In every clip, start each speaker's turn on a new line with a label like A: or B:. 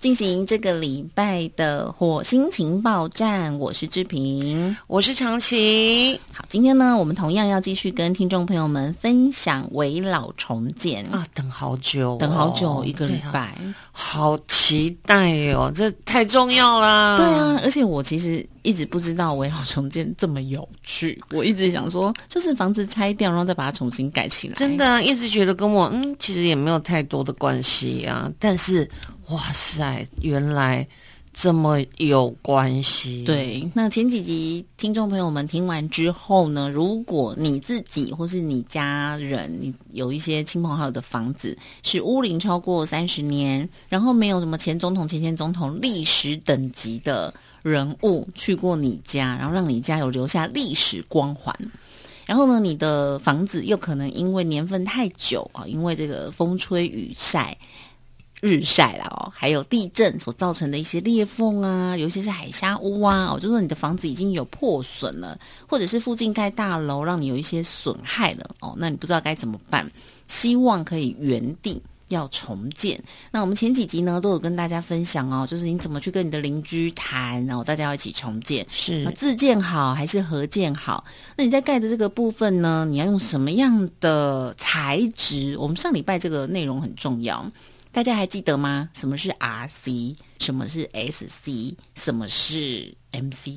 A: 进行这个礼拜的火星情报站，我是志平。
B: 我是长崎
A: 好，今天呢，我们同样要继续跟听众朋友们分享围老重建。
B: 啊，等好久哦、
A: 等好久，一个礼
B: 对啊
A: 拜。
B: 好期待哦，这太重要啦。
A: 对啊，而且我其实一直不知道围绕重建这么有趣，我一直想说，就是房子拆掉，然后再把它重新盖起来。
B: 真，的一直觉得跟我嗯，其实也没有太多的关系啊。但是，哇塞，原来这么有关系。，
A: 对。那前几集听众朋友们听完之后呢，如果你自己或是你家人，你有一些亲朋好友的房子是屋龄超过三十年，然后没有什么前总统、前前总统历史等级的人物去过你家，然后让你家有留下历史光环。然后呢，你的房子又可能因为年份太久啊，因为这个风吹雨晒、日晒啦哦，还有地震所造成的一些裂缝啊，有一些是海砂屋啊，哦，就说你的房子已经有破损了，或者是附近盖大楼让你有一些损害了哦，那你不知道该怎么办，希望可以原地。要重建，那我们前几集呢都有跟大家分享哦，就是你怎么去跟你的邻居谈，然后大家要一起重建。啊
B: 是
A: 自建好还是合建好？那你在盖的这个部分呢，你要用什么样的材质？我们上礼拜这个内容很重要，大家还记得吗？什么是 RC？什么是 SC？什么是 MC？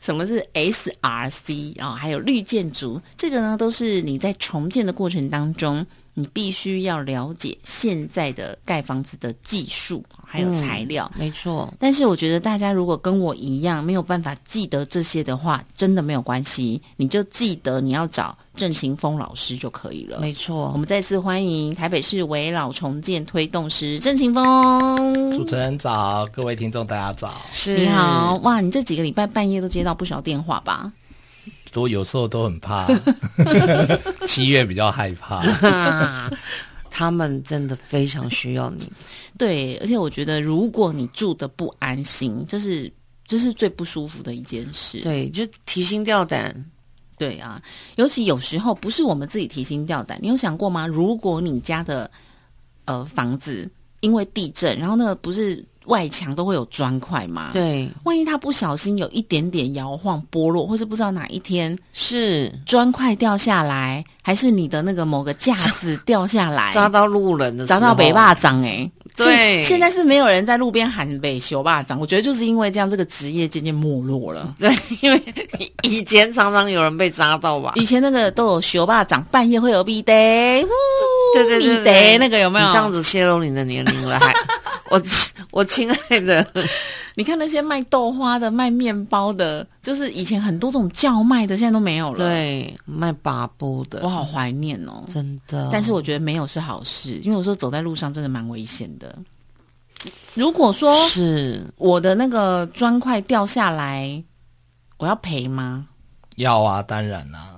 A: 什么是 SRC 啊、还有绿建筑，这个呢都是你在重建的过程当中，你必须要了解现在的盖房子的技术还有材料。
B: 没错。
A: 但是我觉得大家如果跟我一样没有办法记得这些的话，真的没有关系，你就记得你要找郑晴峰老师就可以了。
B: 没
A: 我
B: 错，
A: 们再次欢迎台北市围老重建推动师郑晴峰
C: 主。持人早，各位听众大家早。
B: 是
A: 你好，，哇！你这几个礼拜半夜都接到不少电话吧？
C: 都有时候都很怕， 七月比较害怕。
B: 哈，他们真的非常需要你。
A: 对，而且我觉得，如果你住的不安心，这是这是最不舒服的一件事。
B: 对，就提心吊胆。
A: 对啊，尤其有时候不是我们自己提心吊胆，你有想过吗？如果你家的呃房子因为地震，然后那个不是外墙都会有砖块吗？，
B: 对，
A: 万一它不小心有一点点摇晃剥落，或是不知道哪一天
B: 是
A: 砖块掉下来，还是你的那个某个架子掉下 来，
B: 抓到路人的时
A: 砸
B: 候，
A: 到北霸掌哎、欸
B: 对
A: 现现在是没有人在路边喊北修霸掌，我觉得就是因为这样，这个职业渐渐没落了。
B: 对，因为以前常常有人被扎到吧？
A: 以前那个都有学霸长，半夜会有 B day，呜
B: 对对对
A: ，B
B: 对
A: day 那个有没有？
B: 你这样，子泄露你的年龄了，还我我亲爱的，
A: 你看那些卖豆花的、卖面包的，就是以前很多种叫卖的，现在都没有了。，
B: 对，卖把布的
A: 我，好怀念哦。
B: 真的。
A: 但是我觉得没有是好事，因为有时候走在路上真的蛮危险的。如果说
B: 是
A: 我的那个砖块掉下来，我要赔吗？
C: 要啊，当然啦、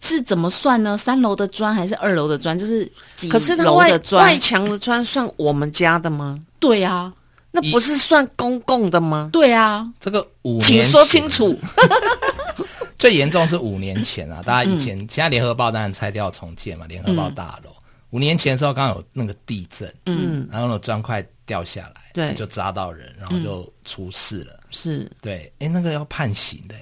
A: 是怎么算呢？三楼的砖还是二楼的砖？就是几
B: 可是它
A: 楼
B: 外
A: 的砖
B: 外？墙的砖算我们家的吗？
A: 对啊，
B: 那不是算公共的吗？
A: 对啊，
C: 这个五年，
B: 请说清。楚。
C: 最严重是五年前 啊，大家以前、
B: 嗯
C: 现在联合报当然拆掉重建嘛，联合报大楼。五年前的时候刚好有那个地震，
B: 嗯，
C: 然后那个砖块掉下来，
B: 对嗯
C: 就扎到人，然后就出事了。
B: 是
C: 对，哎，那个要判刑的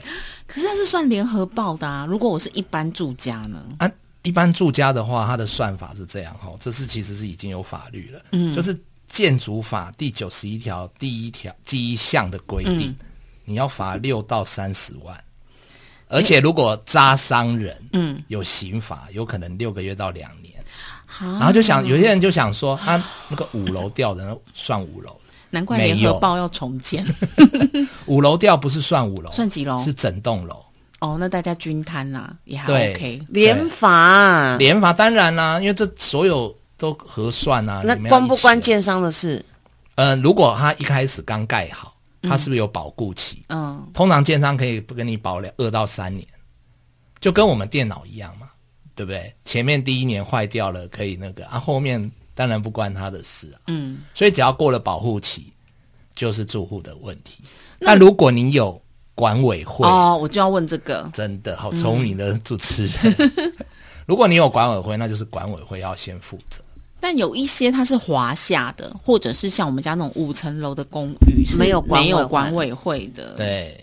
A: 可是它是算联合报的啊。如果我是一般住家呢？
C: 啊。一般住家的话，它的算法是这样哈、这是其实是已经有法律了，嗯，就是建筑法第九十一条第一条第一项的规定，你要罚六到三十万，而且如果扎伤人，嗯，有刑罚，有可能六个月到两年。
A: 啊
C: 然后就想，有些人就想说，啊，那个五楼掉的那算五楼，
A: 难怪联
C: 没有
A: 合报要重建
C: 五楼掉不是算五楼，
A: 算几楼
C: 是整栋楼。
A: 哦，那大家均摊啦、也还
C: 对
A: OK。
B: 联法，
C: 联发当然啦、因为这所有都核算啊。
B: 那
C: 你们要
B: 关不
C: 一起啊
B: 关？建商的事？
C: 呃，如果他一开始刚盖好，他是不是有保固期？
A: 嗯，
C: 通常建商可以不跟你保两二到三年，就跟我们电脑一样嘛，对不对？前面第一年坏掉了可以那个啊，后面当然不关他的事啊。
A: 嗯，
C: 所以只要过了保护期，就是住户的问题。那如果你有管委会，
A: 哦，嗯我就要问这个。
C: 真的好 聪明的主持人。如果你有管委会，那就是管委会要先负责。
A: 但有一些它是华夏的，或者是像我们家那种五层楼的公寓，是
B: 没有管委
A: 没有
B: 会
A: 管委会的。，
C: 对，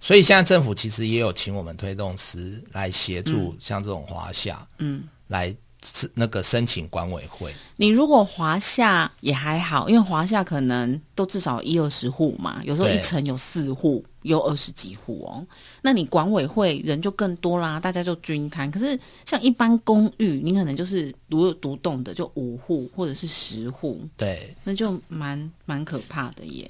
C: 所以现在政府其实也有请我们推动师来协助像这种华夏，嗯，来是那个申请管委会，
A: 你如果华夏也还好，因为华夏可能都至少一二十户嘛，有时候
C: 对
A: 一层有四户，有二十几户哦。那你管委会人就更多啦，大家就均摊。可是像一般公寓，你可能就是独有独栋的，就五户或者是十户，
C: 对，
A: 那就蛮蛮可怕的耶。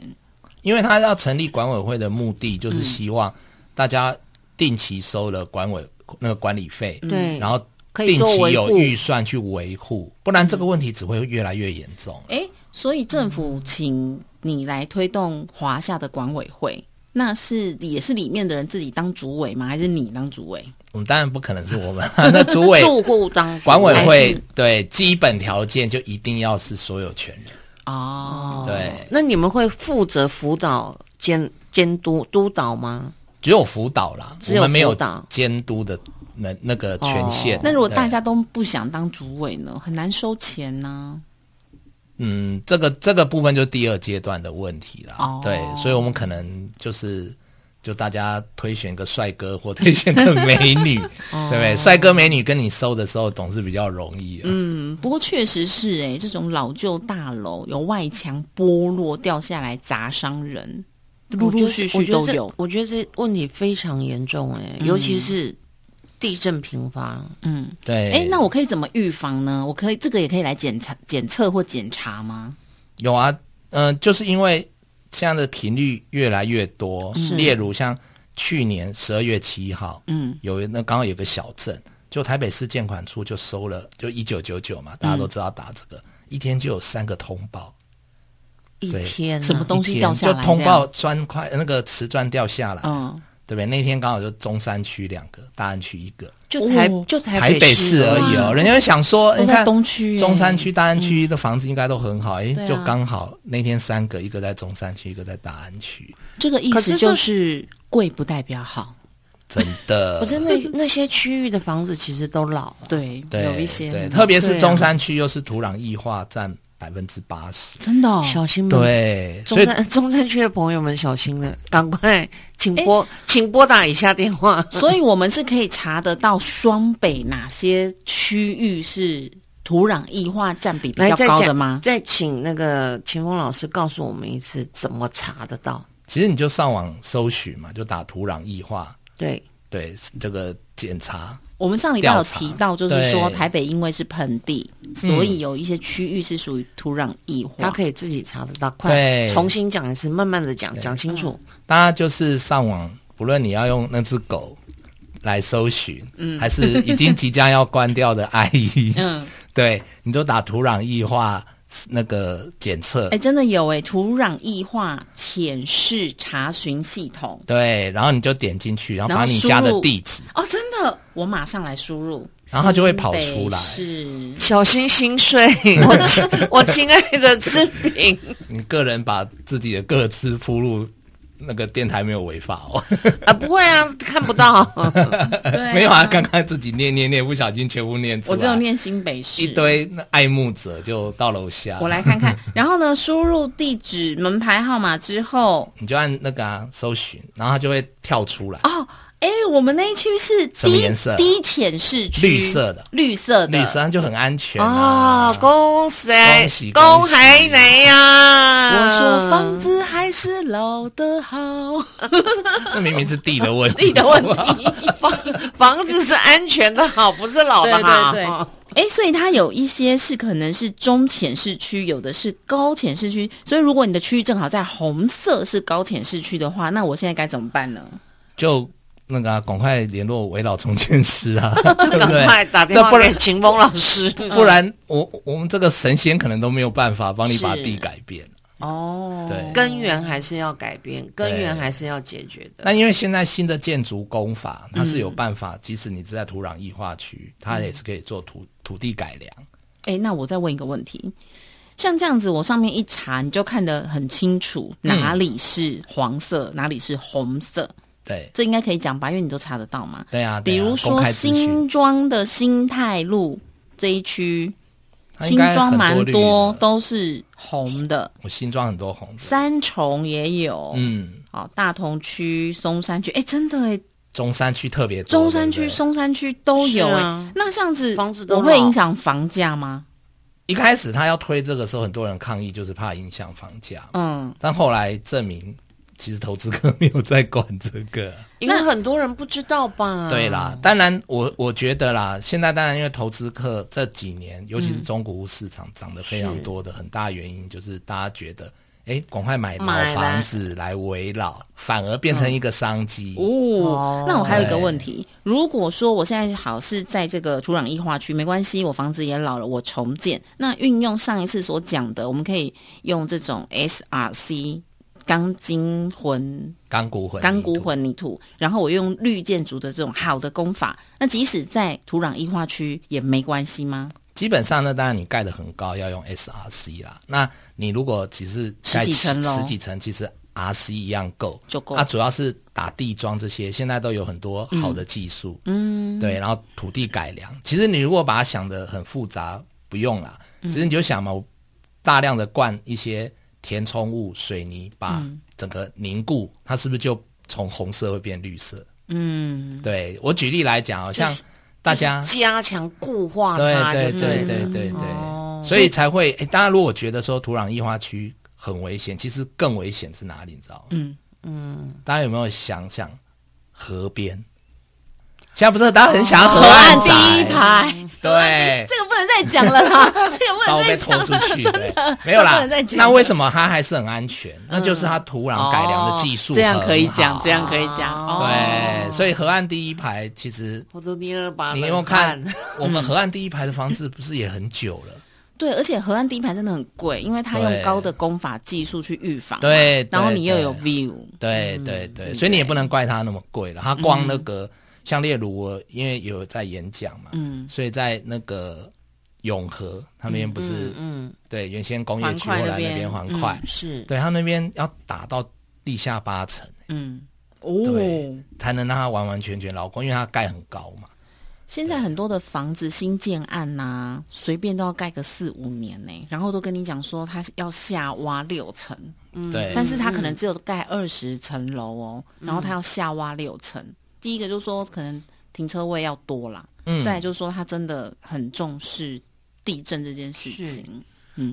C: 因为他要成立管委会的目的就是希望大家定期收了管委那个管理费，
B: 对
C: 然后
B: 可以
C: 定
B: 做
C: 期
B: 维
C: 有
B: 护。
C: 预算去维护，不然这个问题只会越来越严重。
B: 嗯
A: 诶，所以政府请你来推动华夏的管委会，那是也是里面的人自己当主委吗？还是你当主委？
C: 我们当然不可能是我们， 那主 委
B: 住户当
C: 管委
A: 还
C: 会
A: 是
C: 对基本条件就一定要是所有权人，
A: 哦，
C: 对，
B: 哎那你们会负责辅导监监督督导吗？
C: 只有辅导啦，
B: 只
C: 我
B: 有
C: 们没有
B: 辅导
C: 监督的那那个权限
B: 哦。
A: 那如果
C: 对
A: 大家都不想当主委呢，很难收钱呢、
C: 嗯，这个这个部分就是第二阶段的问题啦。
A: 哦
C: 对，所以我们可能就是就大家推选个帅哥或推选个美 女，
A: 哦
C: 对不对？帅哥美女跟你收的时候总是比较容易、啊。嗯，
A: 嗯，不过确实是诶、这种老旧大楼有外墙剥落掉下来砸伤人，陆陆续续都有。
B: 我觉得这。我觉得这问题非常严重哎、尤其是地震频发。
A: 嗯，
C: 对。
A: 诶，那我可以怎么预防呢？我可以这个也可以来检查、检测或检查吗？
C: 有啊，嗯、就是因为这样的频率越来越多，例如像去年十二月七号，嗯，有那刚好有个小镇，就台北市建管处就收了，就一九九九嘛，
A: 嗯
C: 大家都知道打这个，一天就有三个通报，
B: 一
C: 对
B: 天、啊、
A: 什么东西
C: 一
A: 掉
C: 天
A: 下来
C: 就通报砖块那个瓷砖掉下来，
A: 嗯，
C: 对不对？那天刚好就中山区两个，大安区一个，
B: 就台、
A: 哦
B: 就
C: 台
B: 台
C: 北
B: 市啊
C: 市而已哦。人家会想说，
A: 都
C: 你
A: 在
C: 看
A: 东区、欸
C: 中山。区、大安区的房子应该都很好，诶，
A: 嗯对啊
C: 就刚好那天三个，一个在中山区，一个在大安区，
A: 这个意
B: 可
A: 思
B: 是
A: 就
B: 这
A: 是贵不代表好，
C: 真 的。
A: 哦
B: 不是那那些区域的房子其实都老，
A: 对，
C: 对
A: 有一些
C: 对，
A: 嗯
C: 特别是
B: 对啊
C: 中山区又是土壤异化占百分之八十，
A: 真的、哦，
B: 小心门。
C: 对，所
B: 嗯中
C: 以
B: 山中山区的朋友们小心了，赶快请拨、请拨打以下电话。
A: 所以我们哎是可以查得到双北哪些区域是土壤异化占比比
B: 来
A: 较
B: 再
A: 高的
B: 讲
A: 吗？
B: 再请那个秦风老师告诉我们一次怎么查得到。
C: 其实你就上网搜寻嘛，就打土壤异化，
B: 对，
C: 对这个检查，
A: 我们上礼拜有
C: 调查
A: 提到，就是说
C: 对
A: 台北因为是盆地，
C: 嗯
A: 所以有一些区域是属于土壤异化。
B: 他可以自己查得到。快
C: 对
B: 重新讲一次，慢慢的讲，讲清
A: 嗯
B: 楚。
C: 大家就是上网，不论你要用那只狗来搜寻，还是已经即将要关掉的 IE，
A: 嗯，
C: 对，你就打土壤异化那个检测
A: 哎、，真的有哎、土壤异化浅视查询系统
C: 对，然后你就点进去，然后
A: 然后
C: 把你
A: 输
C: 家的
A: 入
C: 地址，
A: 哦，真的，我马上来输入，
C: 然后它就会跑出来
A: 是，
B: 小心心 碎，我亲我亲爱的志平，
C: 你个人把自己的各自铺入那个电台没有违法哦，
A: 哎
B: 啊，不会啊，看不 到。
A: 对、
C: 没有啊，，刚刚自己念念念，不小心全部念出来，
A: 我只有念新北市
C: 一堆啊那爱慕者就到楼下，
A: 我来看看。然后呢，输入地址、门牌号码之后，
C: 你就按那个啊搜寻，然后它就会跳出来，
A: 哦，哎，我们那一区是
C: 什么
A: 低
C: 颜色
A: 低浅市区，
C: 绿色的，
A: 绿色的，
C: 绿色。它就很安全啊。
B: 哦，恭喜
C: 恭喜恭
B: 恭
C: 喜
B: 海你呀！
A: 我说房子还是老的 好，
C: 那明明是地的问题，
A: 你的问题。
B: 房子是安全的好，不是老的好。
A: 对对哎，所以它有一些是可能是中浅市区，有的是高浅市区。所以如果你的区域正好在红色是高浅市区的话，那我现在该怎么办呢？
C: 就那个啊赶快联络围老重建师 啊，对不对？
B: 快打电
C: 这不
B: 话
C: 然
B: 给秦风老师。
A: 嗯
C: 不然我我们这个神仙可能都没有办法帮你把
A: 是
C: 地改变。
A: 哦，
C: 对
B: 根源还是要改变，根源还是要解决的。
C: 那因为现在新的建筑工法，
A: 嗯
C: 它是有办法，即使你是在土壤异化区，它也是可以做土土地改良。
A: 哎，那我再问一个问题，像这样子，我上面一查，你就看得很清楚哪里是黄色，哪里是红色，
C: 对，
A: 这应该可以讲吧？因为你都查得到嘛。
C: 对啊，对
A: 比
C: 啊
A: 如
C: 公
A: 说
C: 开咨询
A: 新庄的新泰路这一区，
C: 它应
A: 新
C: 该
A: 庄
C: 很
A: 蛮
C: 绿
A: 多
C: 的。
A: 都是红的，
C: 我新庄很多红的，
A: 三重也有，
C: 嗯，
A: 好，大同区、松山区，哎，真的哎，
C: 中山区特别多，
A: 中山
C: 哦对
A: 区、
C: 不对
A: 松山区都有
B: 是
A: 哎、
B: 啊
A: 那这样子
B: 房子都
A: 我会
B: 老
A: 影响房价吗？
C: 一开始他要推这个时候，很多人抗议，就是怕影响房价，
A: 嗯，
C: 但后来证明。其实投资客没有在管这个，
B: 因为很多人不知道
A: 嗯
B: 吧？
C: 对啦。当然我，我觉得啦，现在当然因为投资客这几年，尤其是
A: 嗯
C: 中古屋市场涨得非常多的，很大原因就是大家觉得，哎，赶快买老
B: 买来
C: 房子来围绕，反而变成一个商机。
A: 哦，那我还有一个问题，如果说我现在好是在这个土壤异化区，没关系，我房子也老了，我重建，那运用上一次所讲的，我们可以用这种 SRC 钢筋混
C: 钢骨混凝
A: 钢
C: 土
A: 骨混凝土，然后我用绿建筑的这种好的工法，那即使在土壤异化区也没关系吗？
C: 基本上呢，当然你盖得很高，要用 SRC 啦。那你如果只是盖
A: 十几层楼
C: 十几层其实 RC 一样够。
A: 就够
C: 那、主要是打地桩这些，现在都有很多好的技术。
A: 嗯，
C: 对，然后土地改良，其实你如果把它想得很复杂，不用啦。
B: 嗯
C: 其实你就想嘛，我大量的灌一些填充物、水泥，把
B: 嗯
C: 整个凝固，它是不是就从红色会变绿色？
A: 嗯，
C: 对我举例来讲哦，
B: 就是
C: 像大家、
B: 就是加强固
A: 啊
B: 化
C: 对
B: 它，
C: 对
B: 不哦
C: 对对对
A: 哦
C: 对，所以才会。哎诶大家如果觉得说土壤异化区很危险，其实更危险是哪里？你知道吗？
A: 嗯
C: 嗯，大家有没有想想河边？现在不是大家很想要河
A: 哦河岸
C: 岸
A: 啊第一
C: 宅
A: 排。
C: 对。
A: 这个不能再讲了啦，这个不
C: 把我
A: 能
C: 被
A: 再
C: 拖
A: 讲
C: 出
A: 了，
C: 去，
A: 真
C: 对
A: 的，
C: 没有
A: 这不
C: 啦
A: 能再。讲嗯
C: 那为什么它还是很安全？那就是它土壤改良的技术
A: 哦这样可以
C: 很好
A: 讲，这样可以讲。哦，
C: 对，所以河岸第一排其实
B: 我都捏了把冷
C: 你
B: 汗
C: 用看，我们河岸第一排的房子不是也很久了？
A: 对，而且河岸第一排真的很贵，因为它用
C: 对
A: 高的工法技术去预防嘛，
C: 对对
A: 然后你又
C: 对
A: 有 view，
B: 嗯
C: 对对对，
A: 对
C: 所以你也不能怪它那么贵了。它光那个、像例如我因为有在演讲嘛，
A: 嗯，
C: 所以在那个永和他那边不是、
B: 嗯，
C: 对原先工业区后
A: 环快
C: 来
A: 那边
C: 那边环快，
B: 是
C: 对他那边要打到地下八层
A: 嗯，
C: 对。才能让它完完全全牢固，因为它盖很高嘛。
A: 现在很多的房子新建案呐、随便都要盖个四五年呢、然后都跟你讲说它要下挖六层，
B: 嗯
C: 对，
A: 但是它可能只有盖二十层楼哦，然后它要下挖六层。第一个就是说可能停车位要多啦，
C: 嗯
A: 再来就是说他真的很重视地震这件事情。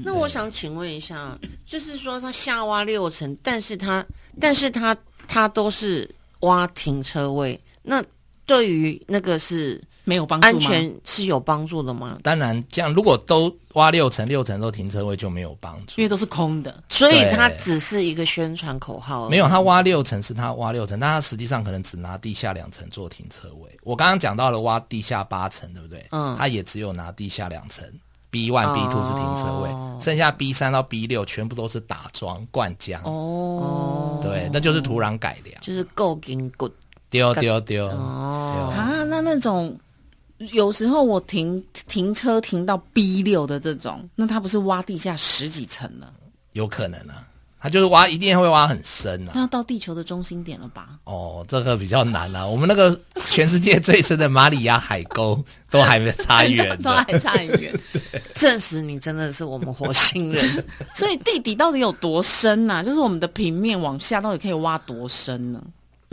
B: 那我想请问一下，就是说它下挖六层，但是它，但是它，它都是挖停车位，那对于那个是
A: 没有帮助吗
B: 安全是有帮助的吗？
C: 当然这样，如果都挖六层，六层都停车位就没有帮助
A: 因。为都是空的。
B: 所以
C: 对
B: 它只是一个宣传口号，
C: 没有，他挖六层是他挖六层，但他实际上可能只拿地下两层做停车位。我刚刚讲到了挖地下八层，对不对？
B: 嗯
C: 他也只有拿地下两层，B one、B two 是停车位，
B: 哦
C: 剩下 B 三到 B 六全部都是打桩灌浆，
A: 哦，
C: 对，那就是土壤改良。
B: 就是够紧滚
C: 丢丢丢，
B: 哦，
A: 啊，那那种有时候我停停车停到 B 六的这种，那他不是挖地下十几层了？
C: 有可能啊，他就是挖一定会挖很深啊
A: 那。要到地球的中心点了吧？
C: 哦，这个比较难啊，我们那个全世界最深的马里亚海沟都还没差远
A: 都
C: 的。
A: 还差很远。
B: 证实你真的是我们火星人。
A: 所以地底到底有多深呐、就是我们的平面往下到底可以挖多深呢？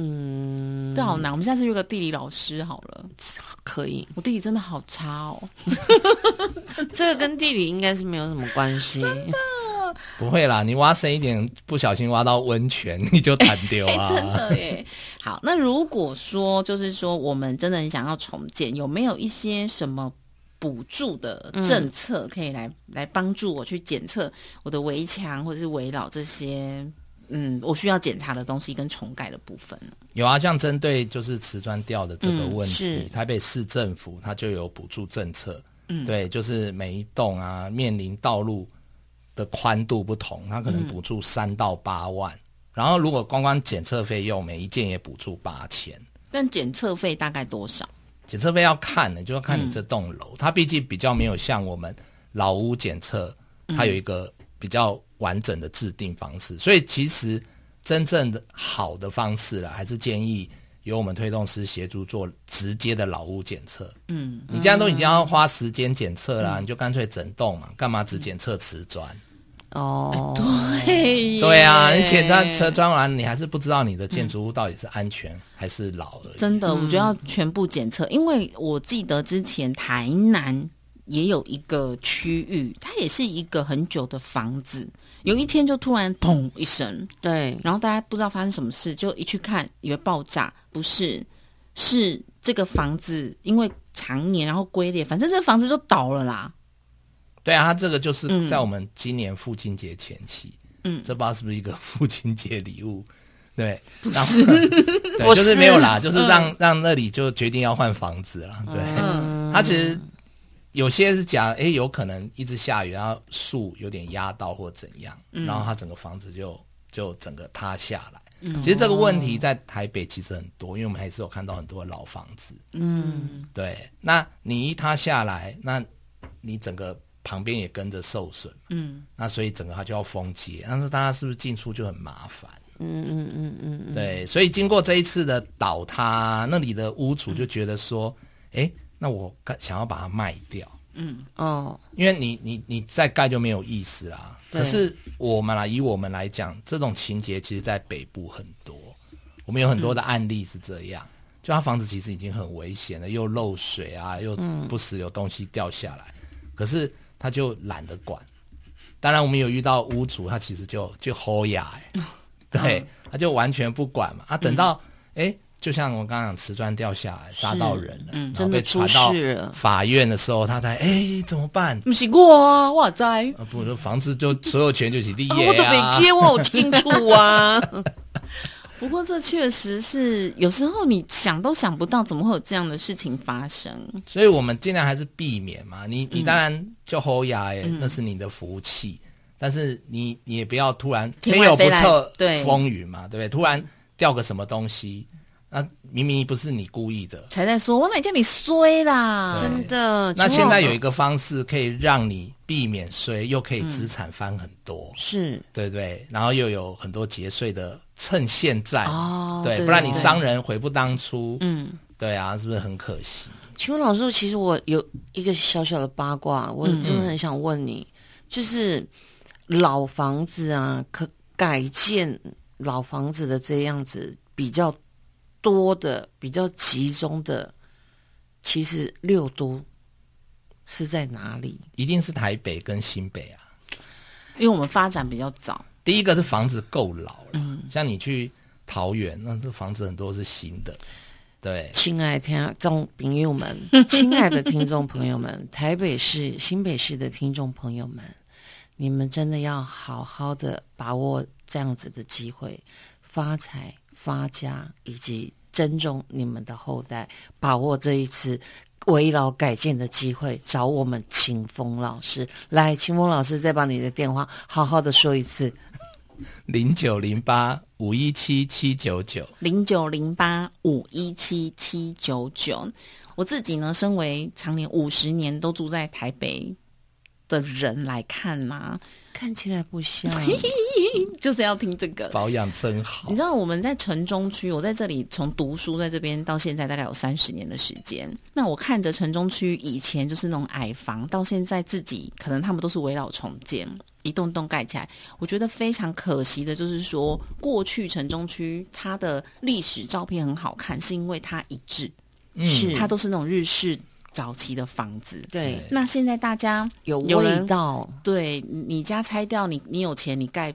A: 嗯，这好难。我们下次约个地理老师好了。
B: 可以，
A: 我地理真的好差哦。
B: 这个跟地理应该是没有什么关系。
C: 不会啦，你挖深一点，不小心挖到温泉， 你就弹丢
A: 哎、
C: 啊。
A: 真的耶。好，那如果说就是说我们真的很想要重建，有没有一些什么补助的
C: 嗯
A: 政策可以来、来帮助我去检测我的围墙或者是围绕这些嗯我需要检查的东西跟重盖的部分呢？
C: 有啊，像针对就是瓷砖掉的这个问
B: 嗯
C: 题，
B: 是
C: 台北市政府它就有补助政策。嗯，对，就是每一栋啊面临道路的宽度不同，它可能补助三到八万。然后如果光光检测费用，每一件也补助八千。
A: 但检测费大概多少？
C: 检测费要看的，就要
A: 嗯
C: 看你这栋楼，它毕竟比较没有像我们老屋检测，它有一个比较完整的制定方式。所以其实真正的好的方式了，还是建议，由我们推动师协助做直接的老屋检测。
A: 嗯，
C: 你既然都已经要花时间检测啦，你就干脆整栋嘛，干嘛只检测瓷砖？
B: 哦，
C: 哎
A: 对
C: 对啊，
A: 耶
C: 你检查瓷砖完，你还是不知道你的建筑物到底是安全还是老而已。
A: 真的，我觉得要全部检测，因为我记得之前台南也有一个区域，它也是一个很久的房子，有一天就突然砰一声，
B: 对，
A: 然后大家不知道发生什么事，就一去看以为爆炸，不是，是这个房子因为常年然后龟裂，反正这个房子就倒了啦。
C: 对啊，它这个就是
A: 嗯
C: 在我们今年父亲节前夕，嗯，这不知道是不是一个 父亲节礼物？对，然后对，
B: 不
C: 就
B: 是
C: 是没有啦，就是让让那里就决定要换房子了。对， 它其实有些是讲，哎，有可能一直下雨，然后树有点压到或怎样，然后它整个房子就就整个塌下来。其实这个问题在台北其实很多，因为我们还是有看到很多老房子。
A: 嗯，
C: 对，那你一塌下来，那你整个旁边也跟着受损，
A: 嗯，
C: 那所以整个它就要封街，但是大家是不是进出就很麻烦？
B: 嗯嗯嗯嗯嗯，
C: 对，所以经过这一次的倒塌，那里的屋主就觉得说，诶，那我该想要把它卖掉，
B: 哦，
C: 因为你你你再盖就没有意思啦。
B: 对
C: 可是我们啦，啊以我们来讲，这种情节其实在北部很多，我们有很多的案例是这样。就他房子其实已经很危险了，又漏水啊，又不时有东西掉下来，可是他就懒得管。当然，我们有遇到屋主，他其实就就吼呀、
B: 嗯
C: 欸，对，他就完全不管嘛。啊，等到
B: 嗯
C: 哎、诶就像我刚刚讲，瓷砖掉下来砸到人了，然后
B: 嗯真的
C: 被
B: 出
C: 传到
B: 事了
C: 法院的时候，他才哎、诶怎么办？
A: 不是我啊，我在
C: 啊，不，这房子就所有权就起立
B: 啊我
C: 业
B: 都
C: 啊
B: 没。接，我有清楚 啊，
A: 不过这确实是有时候你想都想不到，怎么会有这样的事情发生？
C: 所以我们尽量还是避免嘛。你
B: 嗯
C: 你当然就吼牙哎，那是你的福气，但是你你也不要突
B: 嗯
C: 然
A: 天
C: 天
A: 外
C: 有不
A: 飞来
C: 测
A: 对
C: 风云嘛，对不对？突然掉个什么东西，那明明不是你故意的。
A: 才在说我哪叫你衰啦？
C: 对
B: 真的。
C: 那
B: 请
C: 现在
B: 问
C: 有一个方式可以让你避免衰，又可以资产翻很多，
B: 是
C: 对不对？然后又有很多节税的，趁现在
B: 哦
C: 对，
B: 对
C: 不然
B: 对
C: 你
B: 对
C: 商人悔不当初，
A: 嗯，
C: 对啊，是不是很可惜？
B: 请问老师，其实我有一个小小的八卦，我真的很想问你，
C: 嗯
B: 就是老房子啊，可改建老房子的这样子比较多的、比较集中的，其实六都是在哪里？
C: 一定是台北跟新北啊。
A: 因为我们发展比较早，
C: 第一个是房子够老了，
B: 嗯
C: 像你去桃园，那这房子很多是新的，对，
B: 亲爱的听众朋友们，亲爱的听众朋友们，台北市、新北市的听众朋友们，你们真的要好好的把握这样子的机会，发财、发家，以及珍重你们的后代，把握这一次。围绕改建的机会，找我们秦风老师来。秦风老师再把你的电话好好的说一次。
C: 零九零八五一七七九九。
A: 零九零八五一七七九九。我自己呢，身为常年五十年都住在台北的人来看呐、
B: 看起来不 像，
A: 就是要听这个。
C: 保养真好
A: 你，知道我们在城中区，我在这里从读书在这边到现在大概有三十年的时间。那我看着城中区以前就是那种矮房，到现在自己可能他们都是围绕重建，一栋栋盖起来。我觉得非常可惜的就是说，过去城中区它的历史照片很好看，是因为它一致，
C: 嗯
B: 是
A: 它都是那种日式早期的房子。
B: 对
A: 那现在大家
B: 有
A: 有
B: 味
A: 人
B: 道，
A: 对你你家拆掉，你你有钱你盖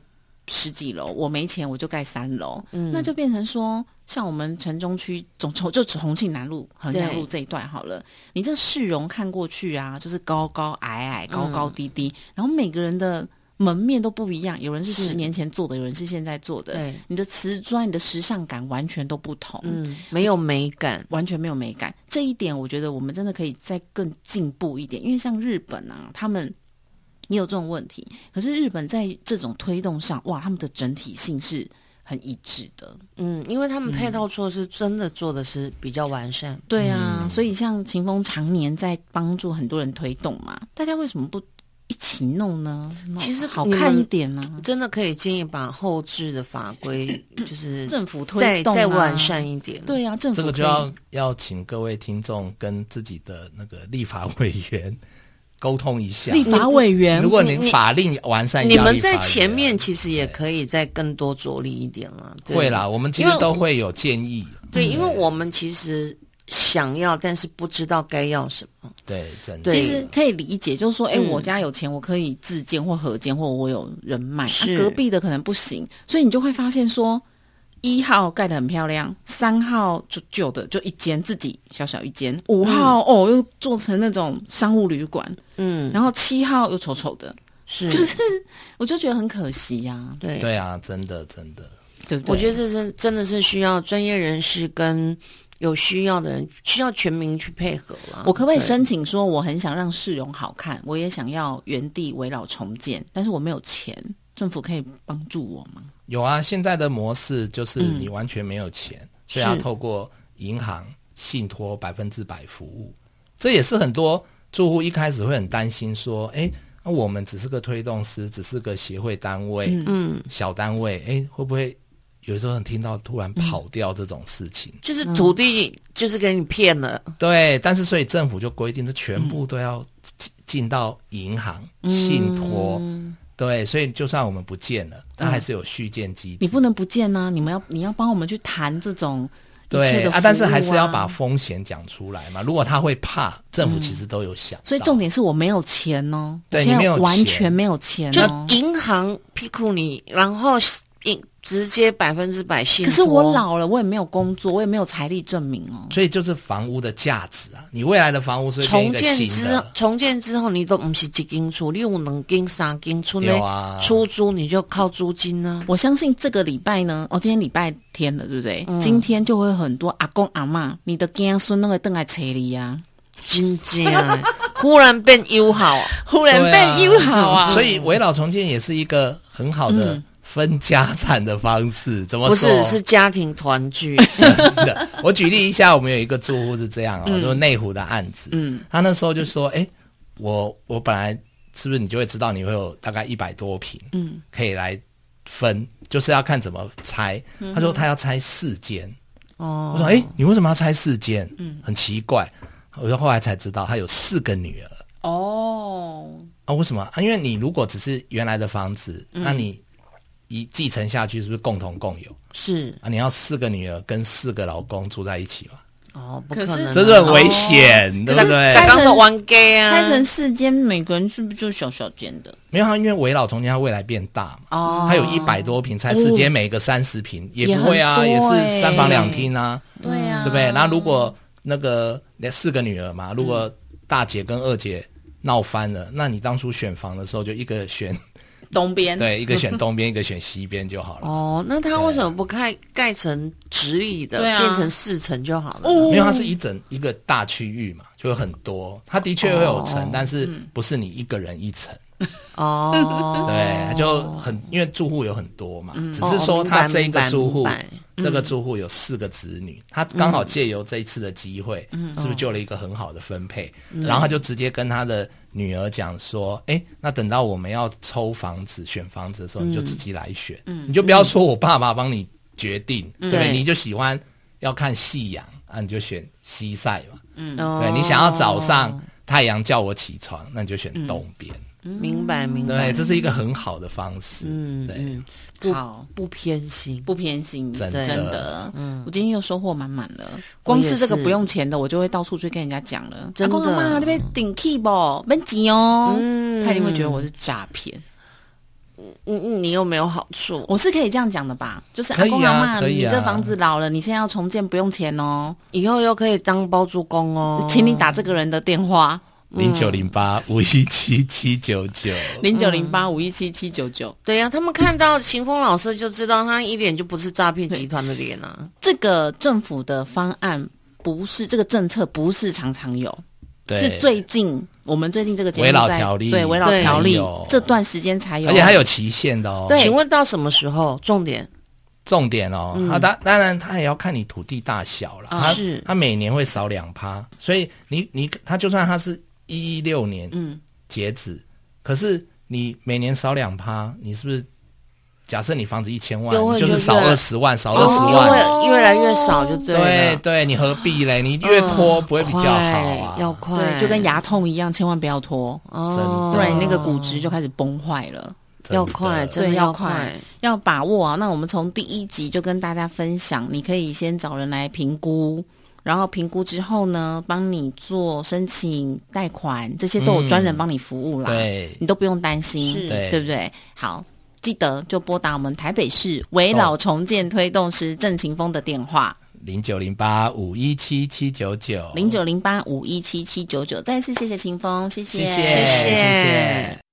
A: 十几楼，我没钱我就盖三楼，
B: 嗯
A: 那就变成说，像我们城中区总重就重庆南路、衡阳路
B: 对
A: 这一段好了，你这市容看过去啊，就是高高矮矮、
B: 嗯
A: 高高低低，然后每个人的门面都不一样，有人是
B: 是
A: 十年前做的，有人是现在做的，
B: 对，
A: 你的瓷砖、你的时尚感完全都不同，
B: 嗯，没有美感。
A: 完全没有美感。这一点，我觉得我们真的可以再更进步一点，因为像日本啊，他们也有这种问题，可是日本在这种推动上，哇，他们的整体性是很一致的。
B: 嗯，因为他们配套措施真的做的是比较完善。
A: 嗯对啊，所以像秦风常年在帮助很多人推动嘛，大家为什么不一起弄呢？弄
B: 其实
A: 好
B: 你们
A: 看一点呢、啊
B: 真的可以建议把后置的法规就是
A: 嗯政府推
B: 再
A: 动、啊、
B: 再完善一点。，
A: 对啊，政府
C: 这个就
A: 可以
C: 要要请各位听众跟自己的那个立法委员沟通一下。
A: 立法委员，
C: 如果
B: 你
C: 您
B: 你
C: 法令完善，
B: 你
C: 要
B: 们
C: 立法
B: 在
C: 委
B: 前
C: 员
B: 面其实也可以再更多着力一点了。对
C: 会啦，我嗯们其
B: 因
C: 实
B: 为
C: 都会有建议。
B: 对，因为我们其实想要，但是不知道该要什么。
C: 对，真的
B: 对
A: 其实可以理解，就是说，哎、
B: 嗯
A: 我家有钱，我可以自建或合建，或我有人脉，
B: 是
A: 啊、隔壁的可能不行，所以你就会发现说，一号盖得很漂亮，三号就旧的就一间自己小小一间，五号、哦又做成那种商务旅馆，
B: 嗯，
A: 然后七号又丑丑的，
B: 是，
A: 就是 我就觉得很可惜呀、
B: 对。
C: 对啊，真的真的，
A: 对不对？
B: 我觉得这是真的是需要专业人士跟有需要的人，需要全民去配合了。
A: 我可不可以
B: 对
A: 申请说，我很想让市容好看，我也想要原地围绕重建，但是我没有钱，政府可以帮助我吗？
C: 有啊。现在的模式就是
A: 嗯
C: 你完全没有钱，所以要
B: 是
C: 透过银行信托百分之百服务，这也是很多住户一开始会很担心说，哎。那我们只是个推动师，只是个协会单位，
B: 嗯，
C: 小单位，哎，会不会有时候很听到突然跑掉这种事情？
B: 就是土地就是给你骗了，
C: 对，但是所以政府就规定，这全部都要进进到银行、信托，
B: 嗯
C: 对，所以就算我们不见了，它还是有续建机制。
A: 你不能不见啊呐、你们要你要帮我们去谈这种一切
C: 对啊
A: 的服务啊
C: 但是还是要把。风险讲出来嘛。如果他会怕，政府其实都有想到、
A: 嗯所以重点是我没有钱哦，
C: 对
A: 我现在
C: 你没有钱
A: 完全没有钱
B: 就
A: 哦。
B: 银行批库你，然后银直接百分之百信
A: 可
B: 托。
A: 是我老了，我也没有工作，我也没有财力证明哦。
C: 所以就是房屋的价值啊，你未来的房屋是会
B: 重
C: 变一个
B: 建
C: 新
B: 之
C: 的，
B: 重建之后，你都不是几间厝，你有两间、三间厝呢
C: 有，啊，
B: 出租你就靠租金啊 呢、
A: 我相信这个礼拜呢，哦，今天礼拜天了，对不对？
C: 嗯
A: 今天就会很多阿公阿妈，你的干孙那个邓来催你呀，
B: 真正的忽然变友好，啊
A: 忽
C: 然变友
A: 好
C: 啊
A: 啊
C: 所以围绕重建也是一个很好的
A: 嗯
C: 分家产的方式。怎么
B: 不
C: 说？
B: 是是家庭团 聚。
C: 的。我举例一下，我们有一个住户是这样啊、就是内湖的案子，
A: 嗯，
C: 他那时候就说，哎、我我本来是不是你就会知道你会有大概一百多平，嗯，可以来分，就是要看怎么拆。
A: 嗯
C: 他说他要拆四间，我
B: 哦，
C: 说，哎、你为什么要拆四间？嗯，很奇怪。我就后来才知道，他有四个女儿
A: 哦，
C: 啊？为什么？啊，因为你如果只是原来的房子，
A: 嗯
C: 那你一继承下去，是不是共同共有
B: 是
C: 啊？你要四个女儿跟四个老公住在一起嘛？
B: 哦，不
A: 可是
B: 能啊，
C: 这是很危险，
A: 哦
C: 对不对？
B: 刚刚都玩 gay 啊，
A: 拆成四间，每个人是不是就小小间的？
C: 没有，他因为围绕中间，它未来变大嘛，
A: 哦
C: 它有一百多平，才四间，每个三十平，也不会啊，
A: 也
C: 也
A: 很多欸
C: 是三房两厅啊，
A: 对呀、
C: 对不对？那如果那个那四个女儿嘛，如果大姐跟二姐闹翻了，那你当初选房的时候就一个选
A: 东边
C: 对，一个选东边，一个选西边就好了。
B: 哦，那他为什么不盖盖成直立的，
A: 对啊
B: 变成四层就好了呢？
A: 哦
C: 因为它是一整一个大区域嘛，就有很多，它的确会有层，但是不是你一个人一层。
B: 哦，
C: 对，就很因为住户有很多嘛，只是
B: 哦
C: 说
B: 明白
C: 他这一
B: 明
C: 个
B: 白
C: 住户
B: 明白，嗯
C: 这个住户有四个子女，他刚好借由这一次的机会，
B: 嗯哦
C: 是不是就了一个很好的分配？然后他就直接跟他的女儿讲说：“哎，那等到我们要抽房子、选房子的
B: 嗯
C: 时候，你就自己来选，你就不要说我爸爸帮你决定，对不对？
B: 嗯对
C: 你就喜欢要看夕阳啊，你就选西晒嘛。
B: 哦
C: 对你想要早上太阳叫我起床，那你就选东边。
B: 明
A: 嗯
B: 白明白，
C: 对，这是一个很好的方式。
B: 嗯
C: 对。
B: 嗯，不
A: 好，
B: 不偏心，
A: 不偏心，
C: 真
A: 的
C: 的
A: 嗯，我今天又收获满满了。光是这个不用钱的，我就会到处去跟人家讲了。啊
B: 真的
A: 阿公阿妈那边顶 key 不，没急哦，他一定会觉得我是诈骗。
B: 嗯嗯，你又没有好处，
A: 我是可以这样讲的吧？就是
C: 可
A: 阿
C: 以啊
A: 公阿妈，
C: 可
A: 你
C: 以啊
A: 这房子老了，你现在要重建不用钱哦，
B: 以后又可以当包租公哦。嗯
A: 请你打这个人的电话
C: 零九零八五一七七九九，
A: 零九零八五一七七九九。
B: 对呀、他们看到秦风老师就知道他一脸就不是诈骗集团的脸啊。
A: 这个政府的方案不是这个政策，不是常常有，
C: 对，
A: 是最近我们最近这个节目
C: 围绕
A: 在
C: 条例
A: 对围绕
B: 对
A: 条
C: 才
A: 例
C: 有
A: 这段时间才有，
C: 而且它有期限的哦。
A: 对
B: 请问到什么时候？重点
C: 重点哦，它当当然它也要看你土地大小了，
A: 啊
C: 它
B: 嗯是
C: 它每年会少两趴，所以你你它就算它是一六年
A: 嗯
C: 截止，可是你每年少两趴，你是不是？假设你房子一千万，
B: 优惠
C: 你就是少
B: 就是哦
C: 二十万，少二十
B: 优
C: 万。
B: 惠越来越少就对
C: 对
B: 了，
C: 对，你何必嘞？你越拖不会比较好啊
B: 快？要快，
A: 对，就跟牙痛一样，千万不要拖，
B: 哦，
A: 不然你那个骨质就开始崩坏了。
C: 真的
B: 要快，真的
A: 对要
B: 快
A: 快，要把握啊！那我们从第一集就跟大家分享，你可以先找人来评估，然后评估之后呢，帮你做申请、贷款，这些都有
C: 嗯
A: 专人帮你服务啦，
C: 对，
A: 你都不用担心，
B: 是
C: 对
A: 对不对？好，记得就拨打我们台北市围老重建推动师郑晴峰的电话
C: 零九零八五一七七九九
A: 零九零八五一七七九九。再次谢谢晴峰，
C: 谢谢
B: 谢谢
C: 谢谢。